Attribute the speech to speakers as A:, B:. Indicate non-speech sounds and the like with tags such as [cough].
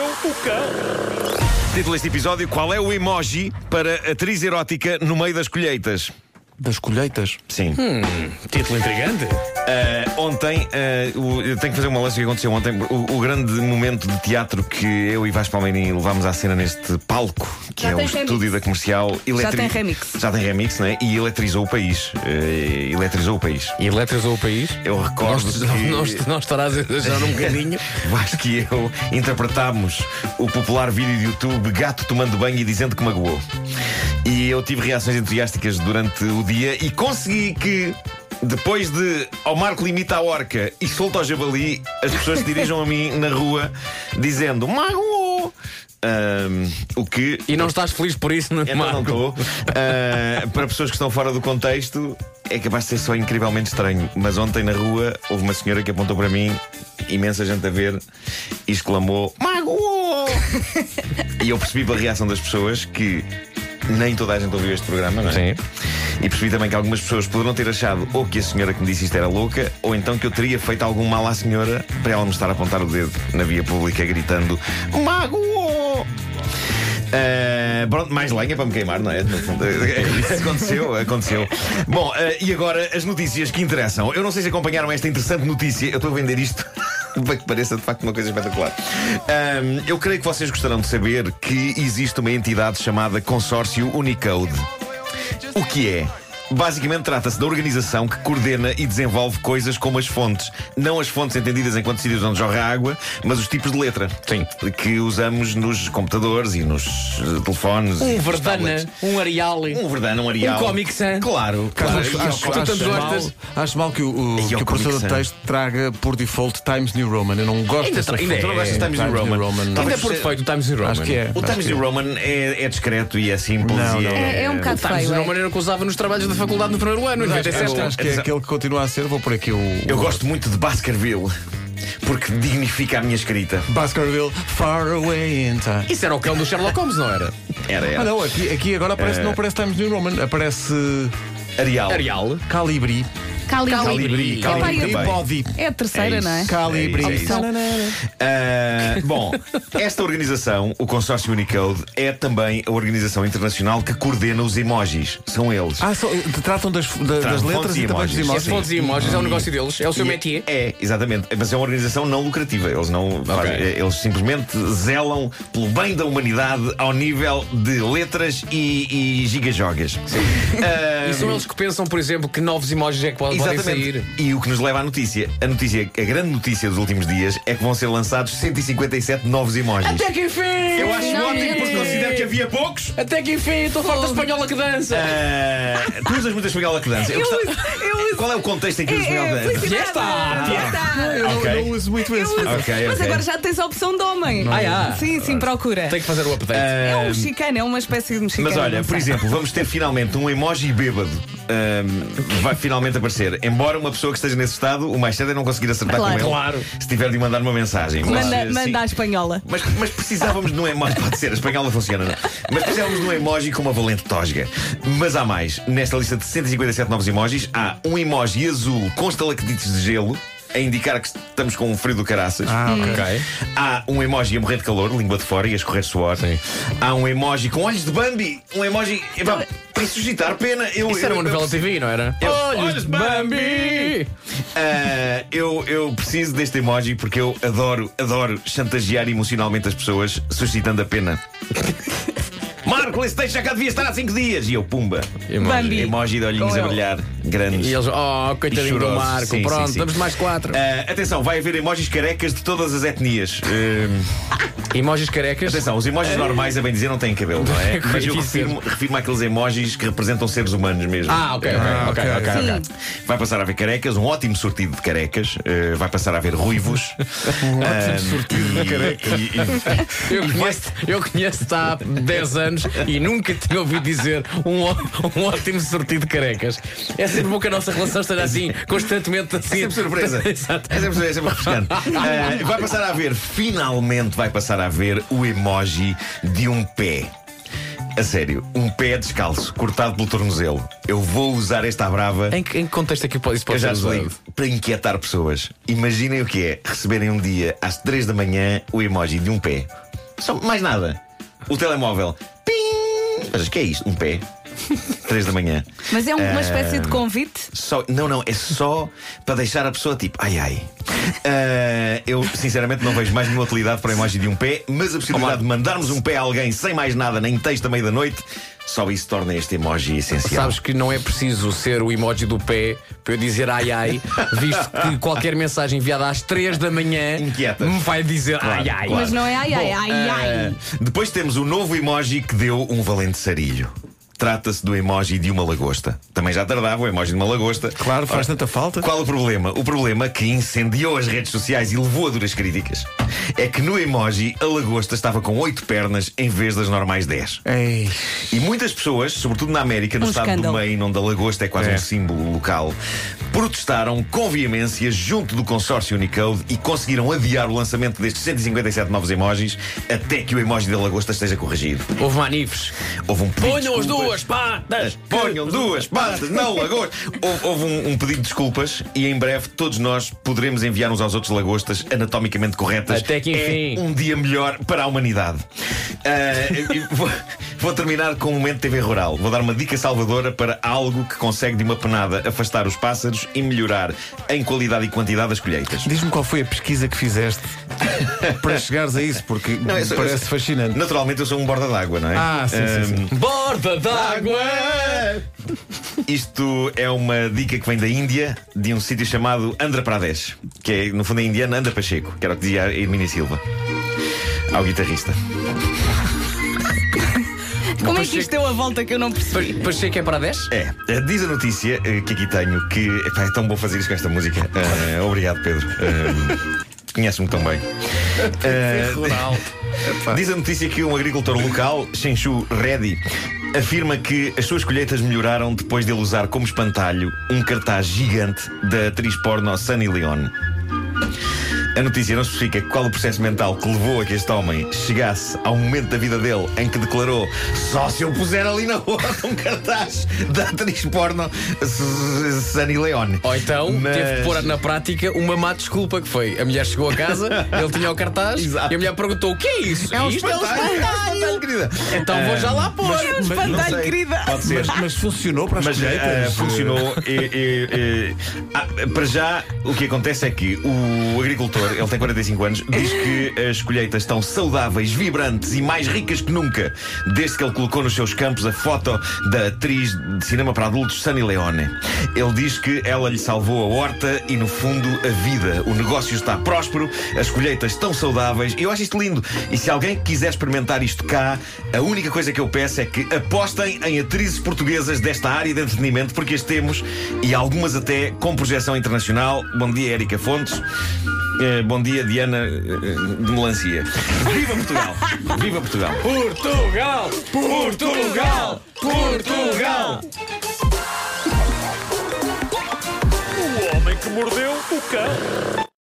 A: boca.
B: Título deste episódio: Qual é o emoji para atriz erótica no meio das colheitas?
C: Das colheitas. Hum,
B: Sim.
A: Título intrigante.
B: Uh, ontem, uh, o- eu tenho que fazer uma lança que aconteceu ontem. O, o grande momento de teatro que eu e Vasco Palmeirim levámos à cena neste palco, que
D: Já
B: é o
D: tem
B: estúdio
D: remix.
B: da comercial. eletri-
D: tem remix.
B: Já tem remix, né? E eletrizou o país. Uh, eletrizou o país.
C: E eletrizou o país?
B: Eu
C: Nós,
B: recordo.
C: não,
B: que-
C: [laughs] nós, nós estarás a exagerar um bocadinho.
B: Vasco que eu interpretámos o popular vídeo de YouTube Gato tomando banho e dizendo que magoou. E eu tive reações entusiásticas durante o dia e consegui que. Depois de ao Marco limita a orca e solta o javali, as pessoas se dirijam a mim na rua dizendo magoou. Ahm, o que
C: E não estás feliz por isso, não é,
B: então não
C: Marco?
B: estou. Ah, para pessoas que estão fora do contexto, é capaz de ser só incrivelmente estranho. Mas ontem na rua houve uma senhora que apontou para mim, imensa gente a ver, e exclamou: Magoou! e eu percebi pela reação das pessoas que nem toda a gente ouviu este programa, não é?
C: Sim.
B: E percebi também que algumas pessoas poderão ter achado ou que a senhora que me disse isto era louca, ou então que eu teria feito algum mal à senhora para ela me estar a apontar o dedo na via pública gritando: Magoou! Uh, pronto, mais lenha para me queimar, não é? No fundo, é isso. aconteceu, aconteceu. Bom, uh, e agora as notícias que interessam. Eu não sei se acompanharam esta interessante notícia. Eu estou a vender isto. [laughs] Para que pareça de facto uma coisa espetacular. Um, eu creio que vocês gostarão de saber que existe uma entidade chamada Consórcio Unicode. O que é? Basicamente trata-se da organização que coordena e desenvolve coisas como as fontes. Não as fontes entendidas enquanto sítios onde jorra água, mas os tipos de letra.
C: Sim.
B: Que usamos nos computadores e nos eh, telefones. e
C: Um
B: nos
C: Verdana,
B: tablets.
C: um Arial.
B: Um Verdana, um Arial.
C: Um Comic Sans.
B: Claro, claro.
C: Carlos,
B: E ao
C: acho-
B: Comic
C: acho-
B: Sans.
C: tanto gostas.
E: Acho mal que o, o-
B: E
E: que
B: ao
E: o professor de
B: Comic Sans.
E: texto traga por default Times New Roman. Eu não gosto
B: tá-
C: Ainda
E: dessa
C: tra- ainda
E: fonte.
C: é. Tu não gostas de
B: Times New Roman.
C: Ainda é
B: Talvez
C: por
B: seja-
C: defeito, o Times New Roman.
E: Acho que é.
B: O Times New Roman é, é discreto e é simples.
E: Não,
B: e
E: não.
D: É, é um bocado
C: Times
D: feio.
C: New
D: é.
C: Roman era o que usava nos trabalhos da faculdade no primeiro ano, em
E: Acho,
C: 97.
E: acho que é aquele que continua a ser. Vou por aqui o.
B: Eu
E: o-
B: gosto muito de Baskerville porque dignifica a minha escrita.
E: Baskerville, far away in time.
C: Isso era o cão do Sherlock Holmes, não era?
B: Era,
E: Ah,
B: era.
E: não, aqui, aqui agora
B: É.
E: aparece, não aparece Times New Roman, aparece
B: Arial.
C: Arial.
E: Calibri.
D: Calibri.
B: Calibri. Calibri
D: Epá,
B: também.
E: Body.
D: É a terceira,
B: É isso.
D: não é?
E: Calibri.
B: É isso, é isso. Ah,
C: [laughs]
B: bom, esta organização, o Consórcio Unicode, é também a organização internacional que coordena os emojis. São eles.
E: Ah, só, tratam das, da- das
B: Tratam
E: letras
B: fontes e
E: e também dos
B: emojis.
E: emojis.
C: Esses fontes e emojis é o negócio deles, é o seu
B: E-
C: métier.
B: É, exatamente. Mas é uma organização não lucrativa. Eles não fazem- eh, eles simplesmente zelam pelo bem da humanidade ao nível de letras e, e gigajogas. Ah,
C: [laughs] E são eles que pensam, por exemplo, que novos emojis é que podem podem
B: Exatamente.
C: sair.
B: E o que nos leva à notícia. A notícia, a grande notícia dos últimos dias é que vão ser lançados 157 novos emojis.
C: Até que enfim!
B: Eu acho
D: Finalmente.
B: ótimo porque considero que havia poucos.
C: Até que enfim, estou farto da espanhola que dança!
B: Ah, tu usas muitas espanhola que dança. Eu
D: Eu
B: gostava-
D: uso, eu uso.
B: Qual é o contexto em que
D: É,
B: usas espanhola
D: é,
B: que dança?
D: felicidade.
C: Já está.
D: Já está.
E: Eu não-
B: Ok.
E: não uso muito
D: Eu
E: esse.
D: uso.
B: Ok,
D: Mas
B: ok.
D: agora já tens a opção de homem.
C: Ah, já.
D: Sim, sim, procura.
C: Tem que fazer o update.
D: É um mexicano, é uma espécie de mexicano.
B: Ehm, Eh, Mas olha,
D: não
B: por
D: sei.
B: exemplo, vamos ter finalmente um emoji bêbado. Ahm, vai finalmente aparecer. Embora uma pessoa que esteja nesse estado, o mais certo é não conseguir acertar
D: Claro.
B: com ele.
C: Claro.
B: Se tiver de mandar uma mensagem.
D: Manda,
B: Mas, eh,
D: manda à
B: sim.
D: espanhola.
B: Mas, mas precisávamos de um emoji. Pode ser, a espanhola funciona, não? Mas precisávamos de um emoji com uma valente tosga. Mas há mais. Nesta lista de 157 novos emojis, há um emoji azul com estalactites de gelo. A indicar que estamos com um frio do caraças.
E: Ah, ok.
C: Ok.
B: Há um emoji a morrer de calor, língua de fora e a escorrer suor. Há um emoji com olhos de Bambi. Um emoji epá, para ressuscitar pena. Eu,
C: Isso era um
B: eu-
C: uma novela TV, não era?
B: Eu-
C: Olhos de Bambi!
B: Ah, eu, eu preciso deste emoji porque eu adoro, adoro chantagear emocionalmente as pessoas, suscitando a [laughs] pena. Marco, esse texto já cá devia estar há 5 dias. E eu, pumba.
D: Bambi.
B: Emoji de olhinhos
D: Com
B: a
D: ele.
B: brilhar, grandes.
C: E eles, oh,
B: E
C: coitadinho do
B: chorosos.
C: Marco,
B: Sim,
C: pronto,
B: sim, sim.
C: damos mais quatro.
B: Ah, atenção, vai haver emojis carecas de todas as etnias. [laughs] Ahm,
C: Emojis carecas.
B: Atenção, os emojis normais, a bem dizer, não têm cabelo, não Eh. é? [laughs]
C: É
B: Mas eu
C: difícil.
B: refiro-me refiro àqueles emojis que representam seres humanos mesmo.
C: Ah, ok,
E: Ah,
C: ok, ok,
E: ok.
C: ok. ok.
D: Sim.
B: Vai passar a haver carecas, um ótimo sortido de carecas. eh, vai passar a haver ruivos.
E: [laughs] Um
B: Ah,
E: ótimo sortido
B: e-
E: de careca.
B: e-
E: [laughs]
B: e-
C: Eu conheço, eu conheço há 10 anos e nunca tinha ouvido dizer um, ó- um ótimo sortido de carecas. É sempre bom que a nossa relação esteja assim, constantemente assim.
B: É sempre surpresa.
E: [laughs]
B: É
C: Exato.
B: sempre, surpresa, é sempre refrescante. Ah, vai passar a haver, finalmente vai passar a haver o emoji de um pé. A sério, um pé descalço, cortado pelo tornozelo. Eu vou usar esta à brava.
C: Em que, em que contexto é que pode- isso
B: Eu
C: pode
B: já
C: ser
B: desligo.
C: usado?
B: Para inquietar pessoas, imaginem o que é receberem um dia às 3 da manhã o emoji de um pé. Só mais nada. O telemóvel. Pim! Mas o que é isto? Um pé. Três da manhã.
D: Mas é uma espécie
B: Ehm,
D: de convite.
B: Só, não, não, é só para deixar a pessoa tipo, ai ai. Ah, eu sinceramente não vejo mais nenhuma utilidade para a imagem de um pé, mas a possibilidade de mandarmos um pé a alguém sem mais nada, nem texto à meia da noite, só isso torna este emoji essencial.
C: Sabes que não é preciso ser o emoji do pé para eu dizer ai ai, visto que qualquer mensagem enviada às 3 da manhã
B: Inquieta.
C: me vai dizer ai ai.
B: claro.
D: Mas não é ai ai, ai
B: ehm,
D: ai.
B: É. Depois temos o novo emoji que deu um valente sarilho. Trata-se do emoji de uma lagosta. Também já tardava o emoji de uma lagosta.
E: Claro, faz tanta falta.
B: Qual o problema? O problema é que incendiou as redes sociais e levou a duras críticas é que no emoji a lagosta estava com oito pernas em vez das normais 10.
E: Ei,
B: E muitas pessoas, sobretudo na América, no
D: Um
B: estado do
D: escândalo.
B: Maine, onde a lagosta é quase um símbolo local, protestaram com veemência junto do consórcio Unicode e conseguiram adiar o lançamento destes 157 novos emojis até que o emoji da lagosta esteja corrigido.
C: Houve manifes.
B: Houve um pedido
C: Ponham
B: de
C: as
B: desculpas.
C: duas patas!
B: Ponham duas patas na lagosta. Houve, houve um, um pedido de desculpas e em breve todos nós poderemos enviar uns aos outros lagostas anatomicamente corretas.
C: Até que enfim.
B: É um dia melhor para a humanidade. Ah, eu vou, vou terminar com um momento de TV rural. Vou dar uma dica salvadora para algo que consegue de uma penada afastar os pássaros e melhorar em qualidade e quantidade as colheitas.
E: diz-me qual foi a pesquisa que fizeste para chegares a é isso, porque
B: Não, eu sou- eu
E: parece
B: sou-
E: fascinante.
B: Naturalmente eu sou um borda d'água, não é?
E: Ah, sim, sim,
B: Ah,
E: sim.
C: Borda d'água!
B: Isto é uma dica que vem da Índia, de um sítio chamado Andhra Pradesh, que é, no fundo, é indiana Andra Pacheco, que era o que dizia a Hermínia Silva, ao guitarrista.
D: Como é que isto deu a volta que eu não percebi?
C: Pa- Pacheco que é para 10?
B: É, eh, diz a notícia eh, que aqui tenho que epá, é tão bom fazer isto com esta música. Eh, obrigado, Pedro. Eh, Conhece-me tão bem. Eh,
C: Rural.
B: Diz a notícia que um agricultor local, Shenshu Reddy, afirma que as suas colheitas melhoraram depois de ele usar como espantalho um cartaz gigante da atriz porno Sunny Leon. A notícia não especifica qual o processo mental que levou a que este homem chegasse ao momento da vida dele em que declarou só se eu puser ali na [laughs] rua um cartaz da atriz porno S- Sunny Leon.
C: Ou então teve
B: Mas-
C: que pôr na prática uma má desculpa que foi. A mulher chegou a [laughs] casa, ele tinha o cartaz
B: Exato.
C: e a mulher perguntou: o que é isso?
B: É um
C: Isto
B: espantalho, é um espantalho, querida.
C: Então vou já lá pôr.
D: É um espantalho,
B: sei.
D: querida.
B: Pode ser.
E: Mas, mas funcionou para as
B: Mas eh,
E: colheitas?
B: funcionou. e- e- e- ah, para já, o que acontece é que o agricultor, ele tem 45 anos, diz que as colheitas estão saudáveis, vibrantes e mais ricas que nunca, desde que ele colocou nos seus campos a foto da atriz de cinema para adultos Sunny Leone. Ele diz que ela lhe salvou a horta e, no fundo, a vida. O negócio está próspero, as colheitas estão saudáveis. Eu acho isto lindo. E se alguém quiser experimentar isto cá, a única coisa que eu peço é que apostem em atrizes portuguesas desta área de entretenimento, porque as temos e algumas até com projeção internacional. Bom dia, Érica Fontes. Eh, bom dia, Diana eh, de Melancia. Viva Portugal! Viva Portugal!
C: Portugal! Portugal! Portugal!
A: O homem que mordeu o cão.